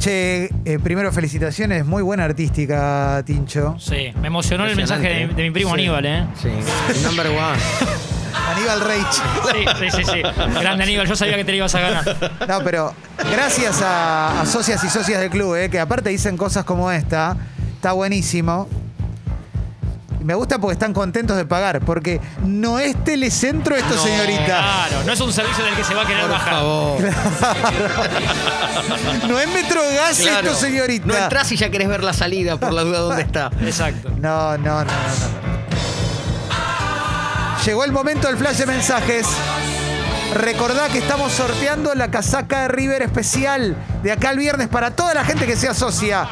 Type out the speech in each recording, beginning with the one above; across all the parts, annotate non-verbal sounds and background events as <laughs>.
Che, eh, primero felicitaciones, muy buena artística, Tincho. Sí, me emocionó el Impresionante, mensaje de, de mi primo sí. Aníbal, ¿eh? Sí, number one. Aníbal Reich. Sí, ¿eh? sí, sí, sí. Grande Aníbal, yo sabía que te lo ibas a ganar. No, pero gracias a, a socias y socias del club, eh, que aparte dicen cosas como esta, está buenísimo. Y Me gusta porque están contentos de pagar, porque no es telecentro esto, <laughs> señorita. <laughs> Claro, no es un servicio del que se va a querer Por bajar. favor. No es metro gas Claro. esto, señorita. No entras y ya querés ver la salida por la duda dónde está. Exacto. No, no, no, no, no. Llegó el momento del flash de mensajes. Recordá que estamos sorteando la casaca de River especial de acá al viernes para toda la gente que se asocia.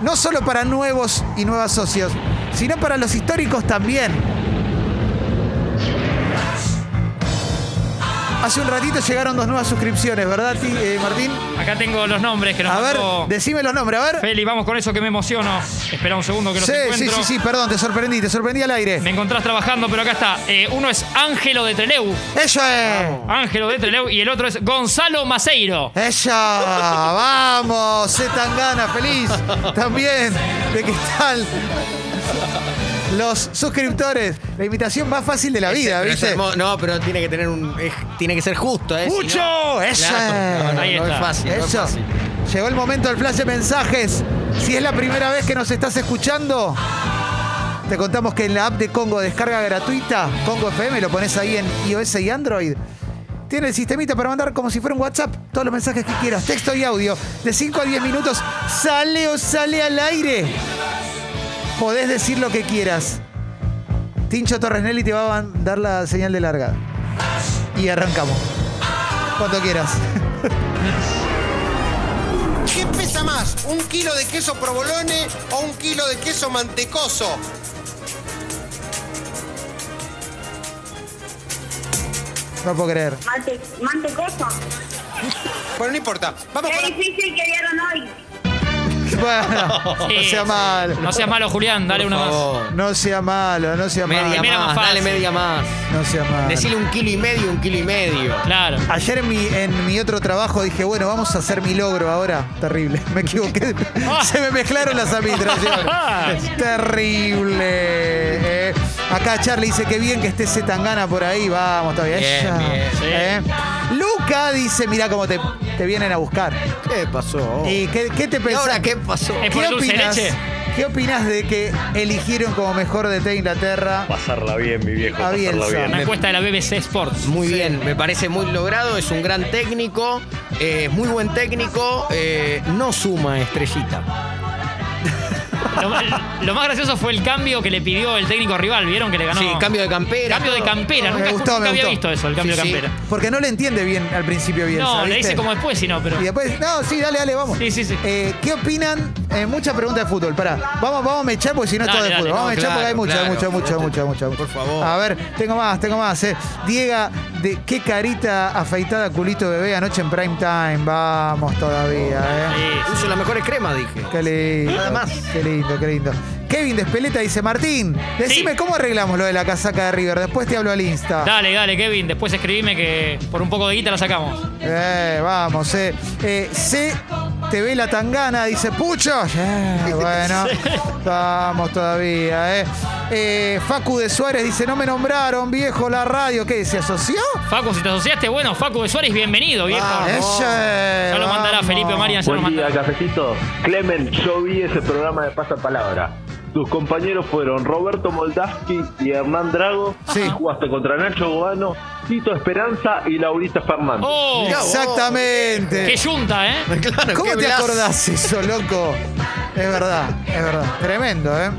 No solo para nuevos y nuevas socios, sino para los históricos también. Hace un ratito llegaron dos nuevas suscripciones, ¿verdad, Ti- eh, Martín? Acá tengo los nombres que nos A ver, mandó decime los nombres, a ver. Feli, vamos con eso que me emociono. Espera un segundo que los Sí, sí, encuentro. sí, sí, perdón, te sorprendí, te sorprendí al aire. Me encontrás trabajando, pero acá está. Eh, uno es Ángelo de Treleu. ¡Eso es! Ángelo de Treleu y el otro es Gonzalo Maceiro. <laughs> ¡Ella! ¡Vamos! ¡Se tan gana! ¡Feliz! También. ¿De qué tal? Los suscriptores. La invitación más fácil de la vida, Pero es ¿viste? hermo- no, pero tiene que tener un. es- tiene que ser justo, ¿eh? Si no- ¡Mucho! ¡Ella! Claro, no, no, Ahí no está. es fácil, no es Eso. fácil. Llegó el momento del flash de mensajes. Si es la primera vez que nos estás escuchando, te contamos que en la app de Congo descarga gratuita, Congo FM, lo pones ahí en iOS y Android. Tiene el sistemita para mandar como si fuera un WhatsApp todos los mensajes que quieras, texto y audio, de 5 a 10 minutos, sale o sale al aire. Podés decir lo que quieras. Tincho Torres Nelly te va a dar la señal de larga. Y arrancamos. Cuando quieras. <laughs> ¿Qué pesa más? ¿Un kilo de queso provolone o un kilo de queso mantecoso? No puedo creer. Mante, mantecoso. Bueno, no importa. Vamos Qué con la... difícil que dieron hoy. <laughs> Bueno, no Sí, sea sí. malo. No seas malo, Julián, dale Por uno más. favor. No sea malo, no sea Media malo. Primera más, más fácil. dale media más. No sea malo. Decile un kilo y medio, un kilo y medio. Claro. Ayer en mi, en mi otro trabajo dije, bueno, vamos a hacer mi logro ahora. Terrible. <laughs> Me equivoqué. Se me mezclaron las administraciones. Terrible. Eh, acá Charlie dice, qué bien que esté Zetangana por ahí. Vamos, todavía. Bien, Ya. bien, sí. Eh. Luca dice, mirá cómo te, te vienen a buscar. ¿Qué pasó? ¿Y ¿Y qué, qué te pensás? ahora qué pasó? Es por el dulce de leche. ¿Qué opinas de que eligieron como mejor DT de Inglaterra? Pasarla bien, mi viejo, A pasarla Bielsa. bien. Una Me- encuesta de la BBC Sports. Muy bien, me parece muy logrado, es un gran técnico, eh, es muy buen técnico, eh, no suma estrellita. Lo, lo más gracioso fue el cambio que le pidió el técnico rival. ¿Vieron que le ganó? Sí, cambio de campera. Cambio de todo. campera. Me Nunca, gustó, nunca me había gustó. visto eso, el cambio Sí, de sí. campera. Porque no le entiende bien al principio bien. No, le dice como después, si no, pero. Y después, no, sí, dale, dale, vamos. Sí, sí, sí. Eh, ¿Qué opinan? Eh, mucha pregunta de fútbol, pará. Vamos, vamos a mechar porque si no es Dale, todo de dale, fútbol. Vamos a no, mechar porque hay claro, mucha, claro. mucha, mucha, mucha, mucha, mucha. Por favor. A ver, tengo más, tengo más. Eh. Diega, de qué carita afeitada culito bebé anoche en prime time. Vamos todavía, eh. Sí. Uso las mejores cremas, dije. Qué lindo. Nada más. Qué lindo, qué lindo. Kevin de Espeleta dice, Martín, decime Sí. cómo arreglamos lo de la casaca de River. Después te hablo al Insta. Dale, dale, Kevin. Después escribime que por un poco de guita la sacamos. Eh, vamos, eh. Eh, C te ve la tangana, dice Pucho. <laughs> Eh, bueno, vamos todavía, eh. Eh, Facu de Suárez dice, no me nombraron, viejo, la radio. ¿Qué? ¿Se asoció? Ah, Facu, si te asociaste, bueno, Facu de Suárez, bienvenido, viejo. Ella, Eh, Ya lo mandará vamos. Felipe Marian, ya lo Buen día, mandará. cafecito. Clemen, yo vi ese programa de Pasapalabra. Tus compañeros fueron Roberto Moldavsky y Hernán Drago. Sí. Y jugaste contra Nacho Bobano, Tito Esperanza y Laurita Fernández. ¡Oh! Mirá. Exactamente. ¡Qué yunta, eh! <laughs> Claro, ¿Cómo qué te blas- acordás eso, loco? Es verdad, es verdad. Tremendo, ¿eh?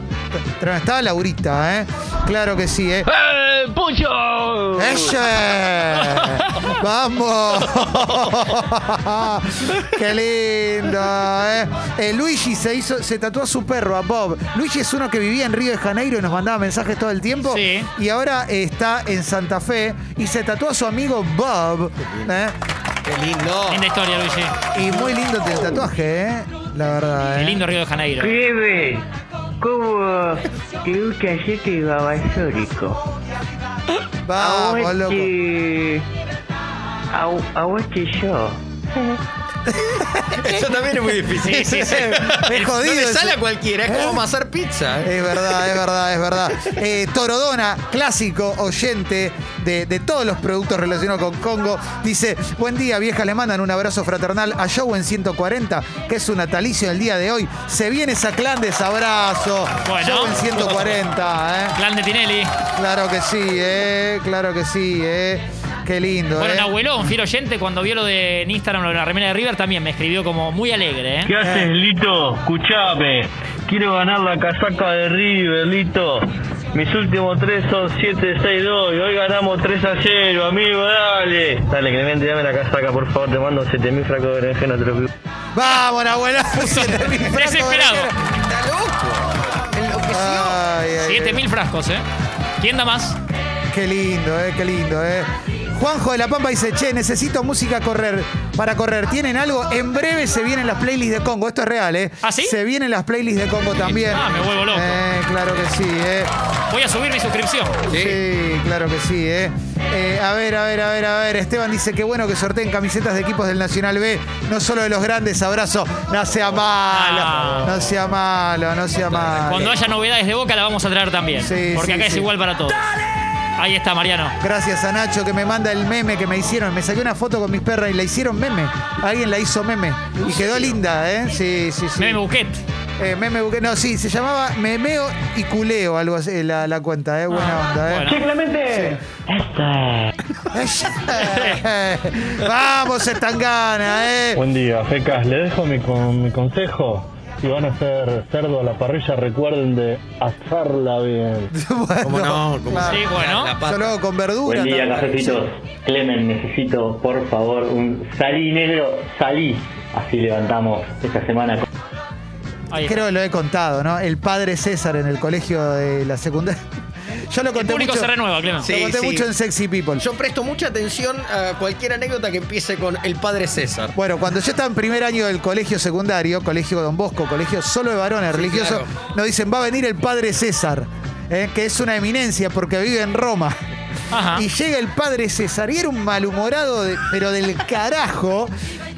Tremendo. Estaba Laurita, ¿eh? Claro que sí, ¿eh? ¡Eh, Pucho! ¡Ella! ¡Vamos! <laughs> ¡Qué lindo! ¿eh? Eh, Luigi se hizo, se tatuó a su perro, a Bob. Luigi es uno que vivía en Río de Janeiro y nos mandaba mensajes todo el tiempo. Sí. Y ahora eh, está en Santa Fe y se tatuó a su amigo Bob. ¿eh? <laughs> Qué lindo. Linda historia, Luigi. Y muy lindo el tatuaje, ¿eh? La verdad, Qué ¿eh? lindo Río de Janeiro. Pibe, ¿cómo te gusta hacerte babasórico? A Vamos, vos loco. te... A, a vos te yo. <laughs> Eso también es muy difícil. Sí, sí, <laughs> sí. Me he No jodido le eso. sale a cualquiera, es como amasar pizza. ¿eh? Es verdad, es verdad, es verdad. Eh, Torodona, clásico oyente de, de todos los productos relacionados con Congo, dice: Buen día, vieja, le mandan un abrazo fraternal a Show en 140, que es su natalicio el día de hoy. Se viene esa Clandes, abrazo. Bueno. Show en 140, ¿eh? Clan de Tinelli. Claro que sí, ¿eh? Claro que sí, ¿eh? Qué lindo, Bueno, ¿eh? Nahuelón, fiel oyente, cuando vio lo de en Instagram, lo de la remera de River, también me escribió como muy alegre, ¿eh? ¿Qué haces, Lito? Escuchame. Quiero ganar la casaca de River, Lito. Mis últimos tres son 7-6-2 y hoy ganamos 3 a 0, amigo, dale. Dale, Clemente, dame la casaca, por favor, te mando 7000 fracos de berenjena, te lo pido. Vamos, <laughs> abuela. Desesperado. Está loco. Ah, Enloqueció. 7000 frascos, ¿eh? ¿Quién da más? Qué lindo, eh, qué lindo, eh. Juanjo de la Pampa dice, che, necesito música a correr. Para correr, ¿tienen algo? En breve se vienen las playlists de Congo. Esto es real, ¿eh? ¿Ah, sí? Se vienen las playlists de Congo también. Ah, me vuelvo loco. Eh, claro que sí, ¿eh? Voy a subir mi suscripción. Sí, Sí. claro que sí, ¿eh? Eh, A ver, a ver, a ver, a ver. Esteban dice, qué bueno que sorteen camisetas de equipos del Nacional B. No solo de los grandes, abrazo. No sea malo, Ah. no sea malo, no sea malo. Cuando haya novedades de Boca la vamos a traer también. Sí, porque sí, acá es sí. igual para todos. Ahí está, Mariano. Gracias a Nacho que me manda el meme que me hicieron. Me saqué una foto con mis perras y la hicieron meme. Alguien la hizo meme. Y quedó linda, ¿eh? Sí, sí, sí. Meme Buquet. Eh, meme buque. No, sí, se llamaba Memeo y Culeo, algo así, la, la cuenta, ¿eh? Buena Ah, onda, ¿eh? bueno. <laughs> Vamos, Estangana, <laughs> ¿eh? Buen día, Fecas. Le dejo mi, con, mi consejo. Si van a hacer cerdo a la parrilla, recuerden de asarla bien. Bueno, ¿Cómo no? ¿Cómo claro. Sí, bueno. La pata. Yo lo hago con verdura. Buen día, ¿no? cafecitos. Clemen, necesito, por favor, un salí negro, salí. Así levantamos esta semana. Ahí está. Creo que lo he contado, ¿no? El padre César en el colegio de la secundaria. <laughs> Yo lo El conté público mucho. se renueva, Clemen. Lo Sí, conté sí. mucho en Sexy People. Yo presto mucha atención a cualquier anécdota que empiece con el padre César. Bueno, cuando yo estaba en primer año del colegio secundario, colegio Don Bosco, colegio solo de varones religiosos, claro. nos dicen, va a venir el padre César, eh, que es una eminencia porque vive en Roma. Ajá. Y llega el padre César y era un malhumorado, de- pero del carajo,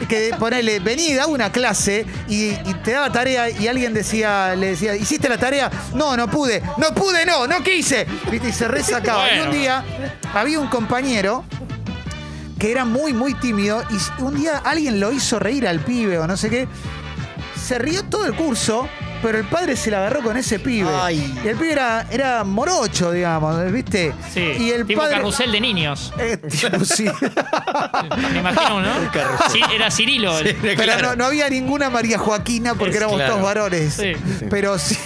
que ponele, vení, da una clase y, y te daba tarea y alguien decía, le decía, ¿hiciste la tarea? No, no pude, no pude, no, no quise. ¿Viste? Y se resacaba. Y un Bueno. día había un compañero que era muy, muy tímido y un día alguien lo hizo reír al pibe o no sé qué. Se rió todo el curso, pero el padre se la agarró con ese pibe. Ay. Y el pibe era, era morocho, digamos, ¿viste? Sí. Y el tipo padre... carrusel de niños. <laughs> Eh, tipo, <laughs> sí. Me imagino, ¿no? Sí, era Cirilo. el- Pero no, no había ninguna María Joaquina porque Es éramos claro. todos varones. Sí. Eh, Pero sí.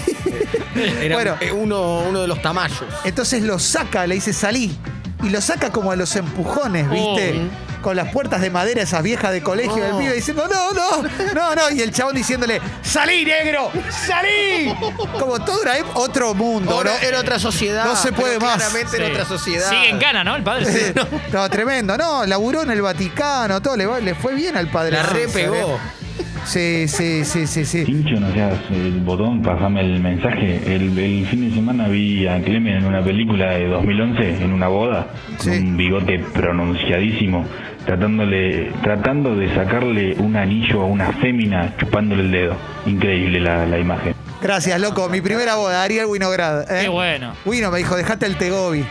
Era bueno, eh, uno, uno de los tamayos. entonces lo saca, le dice salí. Y lo saca como a los empujones, ¿viste? Oh. Con las puertas de madera, esas viejas de colegio del No. pibe diciendo, no, no, no, no. Y el chabón diciéndole, salí, negro, salí. Como todo era otro mundo, Ahora ¿no? era otra sociedad. No se puede pero más. Claramente era Sí. otra sociedad. Sigue en Cana, ¿no? El padre. Sí. No, tremendo, no, laburó en el Vaticano, todo, le, va- le fue bien al padre. La César, ¿eh? repegó. Sí, sí, sí, sí, sí. Tincho, no seas el botón, pasame el mensaje. El, el fin de semana vi a Clemen en una película de 2011, en una boda, con Sí. un bigote pronunciadísimo, tratándole, tratando de sacarle un anillo a una fémina chupándole el dedo. Increíble la, la imagen. Gracias, loco. Mi primera boda, Ariel Winograd. ¿eh? Qué bueno. Wino me dijo, dejate el Tegobi.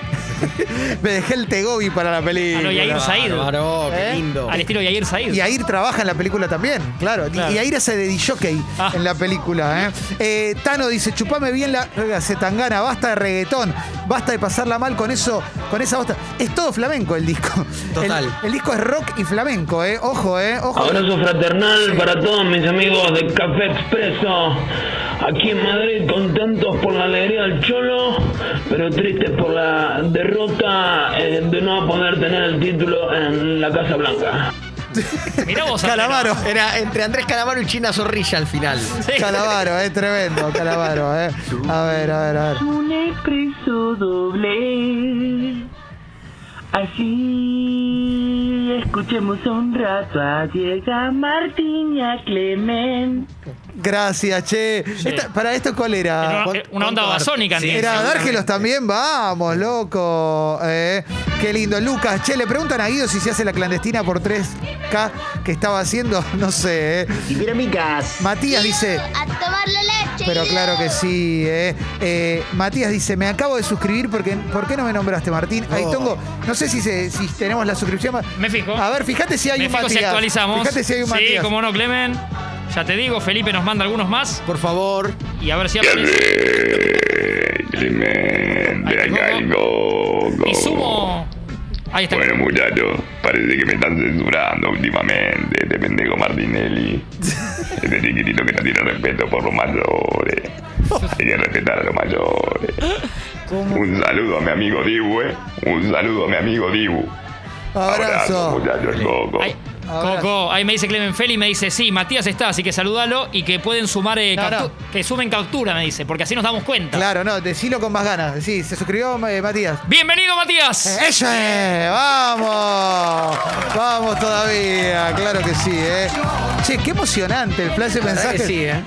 <laughs> me dejé el Tegobi para Ah, la A lo Yair película. Said. Bárbaro, qué ¿Eh? lindo. Al estilo Yair Said. Y Yair trabaja en la película también, claro. Claro. Y Yair hace de jockey Ah. en la película. ¿eh? Eh, Tano dice, chupame bien la verga, setangana, basta de reggaetón, basta de pasarla mal con eso, con esa bosta. Es todo flamenco el disco. Total. El, el disco es rock y flamenco, ¿eh? Ojo, ¿eh? Ojo. Abrazo fraternal para todos mis amigos de Café Expreso. Aquí en Madrid contentos por la alegría del Cholo, pero tristes por la derrota eh, de no poder tener el título en la Casa Blanca. Mirá vos, Adriano. Calamaro. Era entre Andrés Calamaro y China Zorrilla al final. Sí. Calavaro, es tremendo, Calavaro, eh. A ver, a ver, a ver. Un expreso doble. Así y escuchemos un rato a Diego Martín y a Clement. Gracias, che. Esta- ¿Para esto cuál Era era? una, una onda cuánto basónica. arte? Sí, Andy. Era Dárgelos también, vamos, loco. Eh, qué lindo. Lucas, che, le preguntan a Guido si se hace la clandestina por 3K que estaba haciendo, <laughs> no sé. eh. Y mira mi casa. Matías dice, A tomarle leche. pero Guido. claro que sí. eh. Eh, Matías dice, me acabo de suscribir porque ¿por qué no me nombraste, Martín? Ahí Tongo, no sé si, se- si tenemos la suscripción. Oh. Me fijo. A ver, fíjate si hay Me un fijo Matías. si actualizamos. Fíjate si hay un sí, Matías. como no, Clemen. Ya te digo, Felipe nos manda algunos más. Por favor. Y a ver si aparece. Ahí tengo. Y sumo. Ahí está. Bueno, muchachos, parece que me están censurando últimamente, este pendejo Martinelli. Este chiquitito que no tiene respeto por los mayores. Hay que respetar a los mayores. Un saludo a mi amigo Dibu, eh. Un saludo a mi amigo Dibu. Abrazo. muchachos, coco. Ahí, Ahora- Coco, ahí me dice Clemen Feli, me dice, sí, Matías está, así que salúdalo y que pueden sumar, eh, No, captu- no. que sumen captura, me dice, porque así nos damos cuenta. Claro, no, decilo con más ganas. Sí, se suscribió eh, Matías. Bienvenido, Matías. ¡Eso es! ¡Vamos! ¡Vamos todavía! Claro que sí, ¿eh? Che, qué emocionante el flash de ¿Verdad que mensajes. sí, eh?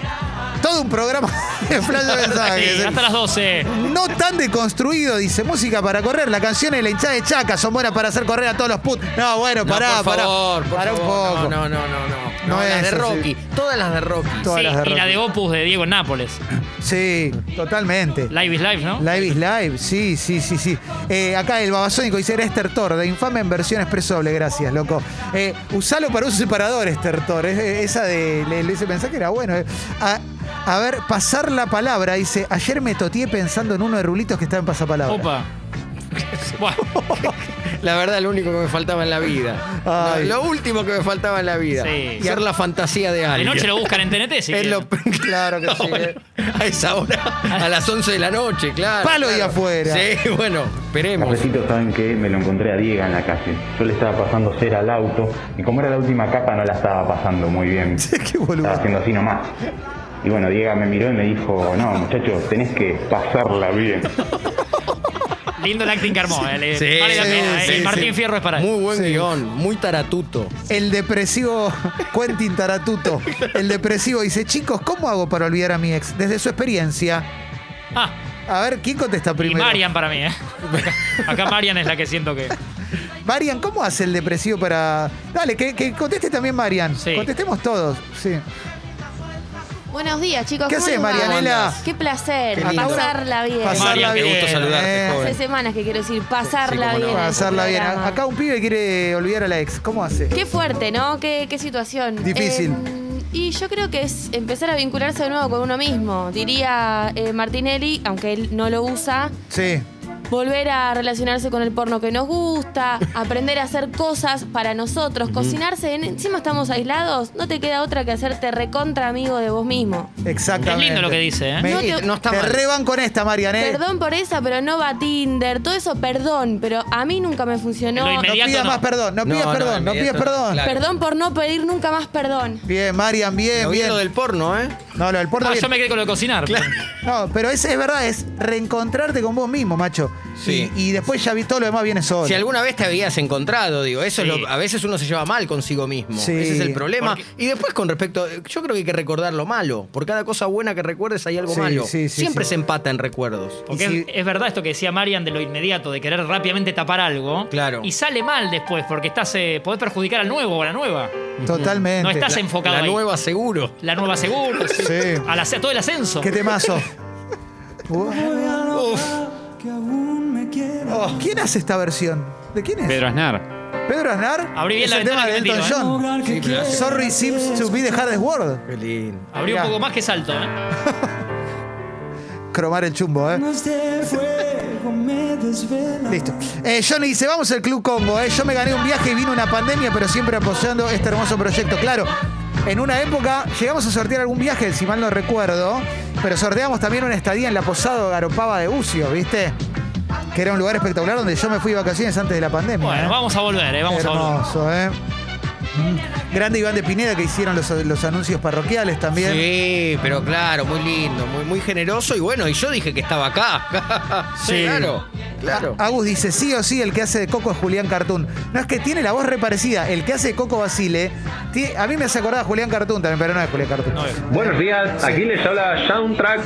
Todo un programa de flash <laughs> de mensajes. <laughs> Sí, ¿eh? hasta las 12. No tan deconstruido, dice. Música para correr. Las canciones de la hinchada de Chaca son buenas para hacer correr a todos los put. No, bueno, No, pará, por pará. favor, por pará favor. un poco. No, no, no, no. No, No las es de así. Rocky. Todas las de Rocky. Todas Sí, las de y la Rocky. de Opus de Diego en Nápoles. Sí, totalmente. Live is Live, ¿no? Live is Live, sí, sí, sí, sí. Eh, acá el babasónico dice, era Esther Thor, de infame en versión expreso doble, gracias, loco. Eh, usalo para uso separador, Esther Thor. Es- es- esa de le- le- ese mensaje era bueno. eh. A, a ver, pasar la palabra, dice, ayer me toteé pensando en uno de Rulitos que está en pasapalabra. Opa. <laughs> Bueno, La verdad, lo único que me faltaba en la vida. Lo, Ay. lo último que me faltaba en la vida. Sí. Ser la fantasía de de alguien. noche lo buscan en TNT, si Es quieren. lo <laughs> Claro que No, sí. eh. bueno, a esa hora, a las 11 de la noche, claro. Palo y claro. afuera. Sí, <laughs> bueno, esperemos. saben que me lo encontré a Diego en la calle. Yo le estaba pasando cera al auto y como era la última capa no la estaba pasando <laughs> muy bien. Qué boludo. Estaba haciendo así nomás. Y bueno, Diego me miró y me dijo, no, muchacho, tenés que pasarla bien. Lindo el acting que armó. eh, le- Sí, vale la sí, pena. eh, sí, el Martín sí. Fierro es para él. Muy buen Sí. guión, muy taratuto. El depresivo <laughs> Quentin Taratuto. El depresivo dice, chicos, ¿cómo hago para olvidar a mi ex? Desde su experiencia. Ah, A ver, ¿quién contesta y primero? Marian para mí, ¿eh? <laughs> Acá Marian es la que siento que. Marian, ¿cómo hace el depresivo para.? Dale, que, que conteste también Marian. Sí. Contestemos todos. Sí. Buenos días, chicos. ¿Qué ¿Cómo haces, les va? Marianela? Qué placer. Qué lindo. pasarla bien. Pasarla Marian, qué bien. gusto saludarte, eh. joven. Hace semanas que quiero decir, pasarla Sí, cómo no. bien. en este Pasarla bien. programa. Acá un pibe quiere olvidar a la ex. ¿Cómo hace? Qué fuerte, ¿no? Qué, qué situación. Difícil. Eh, y yo creo que es empezar a vincularse de nuevo con uno mismo. Diría eh, Martinelli, aunque él no lo usa, Sí. volver a relacionarse con el porno que nos <laughs> gusta, aprender a hacer cosas para nosotros, cocinarse. En- Encima estamos aislados, no te queda otra que hacerte recontra amigo de vos mismo. Exactamente. Es lindo lo que dice, ¿eh? Me- No te- no está te mal. reban con esta, Marian, ¿eh? Perdón por esa, pero no va Tinder, todo eso, perdón, pero a mí nunca me funcionó. Lo No inmediato pidas no. más perdón, no No, pidas no, perdón, no, pidas inmediato no, perdón. claro. Perdón por no pedir nunca más perdón. Bien, Marian, bien, Lo vi bien. lo del porno, ¿eh? No, lo del porno. Ah, bien. yo me quedé con lo de cocinar. No, pero es, es verdad, es reencontrarte con vos mismo, macho. Sí. Y, y después ya vi todo lo demás viene solo. Si alguna vez te habías encontrado, digo, eso es Sí. lo- a veces uno se lleva mal consigo mismo. Sí. Ese es el problema. Y después con respecto, yo creo que hay que recordar lo malo. Por cada cosa buena que recuerdes hay algo Sí, malo. sí, sí, Siempre sí. se empata en recuerdos. Porque Y si- es, es verdad esto que decía Marian de lo inmediato, de querer rápidamente tapar algo. Claro. Y sale mal después, porque estás, eh, podés perjudicar al nuevo o a la nueva. Totalmente. No estás enfocado La ahí. nueva seguro. La nueva seguro. sí. Sí. Al hacer todo el ascenso. ¿Qué temazo? Oh, ¿Quién hace esta versión? ¿De quién es? Pedro Aznar. Pedro Aznar. Abrí bien es la el tema ventana de que me Elton tiro, John. Sí, pero hace- Sorry seems to be the hardest word. Qué lindo. Abrí Mirá. un poco más que salto, ¿eh? Cromar el chumbo, ¿eh? Listo. Eh, Johnny dice, vamos al Club Congo, ¿eh? Yo me gané un viaje y vino una pandemia, pero siempre apoyando este hermoso proyecto. Claro, en una época llegamos a sortear algún viaje, si mal no recuerdo, pero sorteamos también una estadía en la Posada Garopaba de Bucio, ¿viste? Que era un lugar espectacular donde yo me fui de vacaciones antes de la pandemia. Bueno, ¿eh? vamos a volver, ¿eh? Vamos a volver. Hermoso, ¿eh? Mm. Grande Iván de Pineda que hicieron los, los anuncios parroquiales también. Sí, pero claro, muy lindo, muy, muy generoso. Y bueno, y yo dije que estaba acá. <laughs> sí, Sí. claro, <laughs> claro. Agus dice, sí o sí, el que hace de Coco es Julián Cartoon. No, es que tiene la voz reparecida. El que hace de Coco Basile, ti- a mí me hace acordar a Julián Cartoon también, pero no es Julián Cartoon. No es. Buenos días, aquí les habla Soundtrack.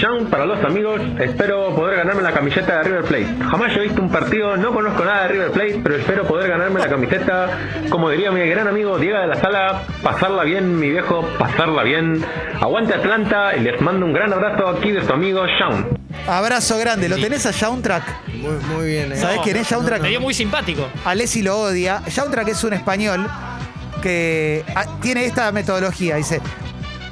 Sound para los amigos, espero poder ganarme la camiseta de River Plate. Jamás yo he visto un partido, no conozco nada de River Plate, pero espero poder ganarme la camiseta. Como diría mi gran amigo Diego de la Sala, pasarla bien, mi viejo, pasarla bien. Aguante Atlanta y les mando un gran abrazo aquí de su amigo Sound. Abrazo grande. ¿Lo tenés a Soundtrack? Muy, muy bien. ¿eh? ¿Sabés No, quién es Soundtrack? Me dio muy simpático. Alessi lo odia. Soundtrack es un español que ah, tiene esta metodología. Dice,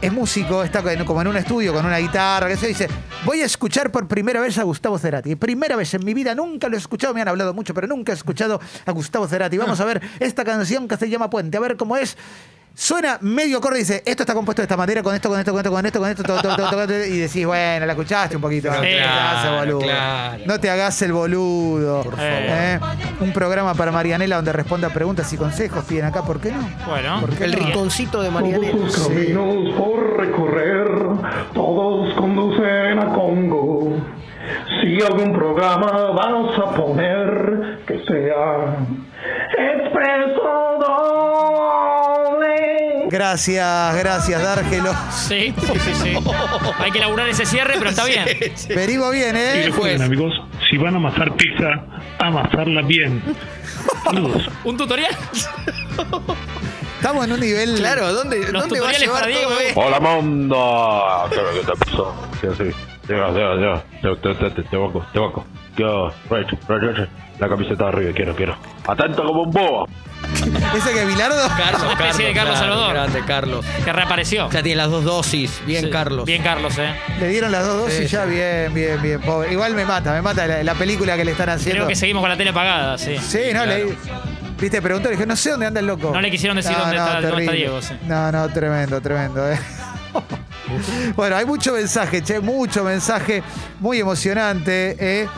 es músico, está en- como en un estudio con una guitarra, que se dice, voy a escuchar por primera vez a Gustavo Cerati. Primera vez en mi vida, nunca lo he escuchado, me han hablado mucho, pero nunca he escuchado a Gustavo Cerati. Vamos a ver esta canción que se llama Puente, a ver cómo es. Suena medio acorde, dice, esto está compuesto de esta manera, con esto, con esto, con esto, con esto, con esto, todo, todo, todo, todo, todo", y decís, bueno, la escuchaste un poquito. No Pero te hagas el claro, boludo. claro. No te hagas el boludo. favor. Eh, Un programa para Marianela donde responda preguntas y consejos. Piden acá, ¿por qué no? Bueno. ¿Por qué El no? rinconcito de Marianela. sus caminos por recorrer, todos conducen a Congo. Si algún programa vas a poner, que sea Expreso Doble. Gracias, gracias, Dárgelo. Sí, sí, <laughs> sí, sí. Hay que laburar ese cierre, pero está bien. Venimos bien, Y ¿eh? el juez. amigos, si van a amasar pizza, amasarla bien. Saludos. ¿Un <laughs> tutorial? Estamos en un nivel. Claro, ¿dónde, Los dónde va a tutoriales llevar para Diego, todo ¿eh? esto? Hola, mundo. Claro que te pasó. Sí, sí. Llega, llega, llega. Te, te, te, te, te banco, te banco. Yo, right, right, right, right. La camiseta de arriba, quiero, quiero. Atento como un bobo. ¿eh? ¿Ese que Bilardo? Carlos, Una especie de Carlos claro, Salvador. Grande, Carlos. Que reapareció. Ya tiene las dos dosis. Bien, Sí, Carlos. Bien, Carlos, ¿eh? Le dieron las dos dosis Sí, ya. sí. Bien, bien, bien. Pobre. Igual me mata, me mata la, la película que le están haciendo. Creo que seguimos con la tele apagada, sí. Sí, no, le. Viste, preguntó, le dije, no sé dónde anda el loco. No le quisieron decir dónde está- dónde está terrible. Diego, sí. No, no, tremendo, tremendo, ¿eh? bueno, hay mucho mensaje, che, mucho mensaje. Muy emocionante, ¿eh?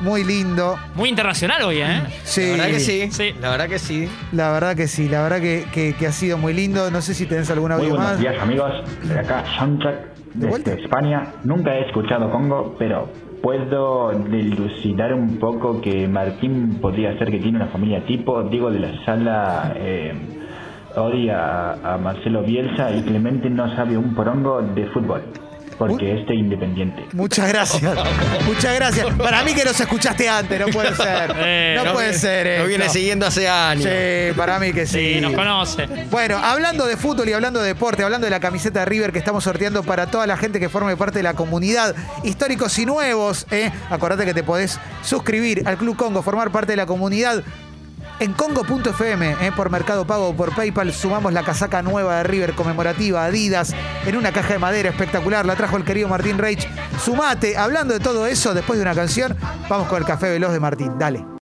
Muy lindo. Muy internacional hoy, ¿eh? Sí. La verdad que sí. Sí. La verdad que sí. La verdad que sí, la verdad que, que- que ha sido muy lindo. No sé si tenés algún Muy audio buenos más. días amigos, de acá Soundtrack ¿De vuelta? desde España. Nunca he escuchado Congo, pero puedo dilucidar un poco que Martín podría ser que tiene una familia tipo. Diego de la Sala eh, odia a, a Marcelo Bielsa y Clemente no sabe un porongo de fútbol, porque este independiente. Muchas gracias. Muchas gracias. Para mí que los escuchaste antes, no puede ser. Eh, no, no puede viene- ser. Lo esto. viene siguiendo hace años. Sí, para mí que sí. Sí, nos conoce. Bueno, hablando de fútbol y hablando de deporte, hablando de la camiseta de River que estamos sorteando para toda la gente que forme parte de la comunidad, históricos y nuevos, ¿eh? acordate que te podés suscribir al Club Congo, formar parte de la comunidad. En congo.fm, ¿eh? por Mercado Pago o por PayPal, sumamos la casaca nueva de River conmemorativa, Adidas, en una caja de madera espectacular, la trajo el querido Martín Reich. Sumate, hablando de todo eso, después de una canción, vamos con el café veloz de Martín, dale.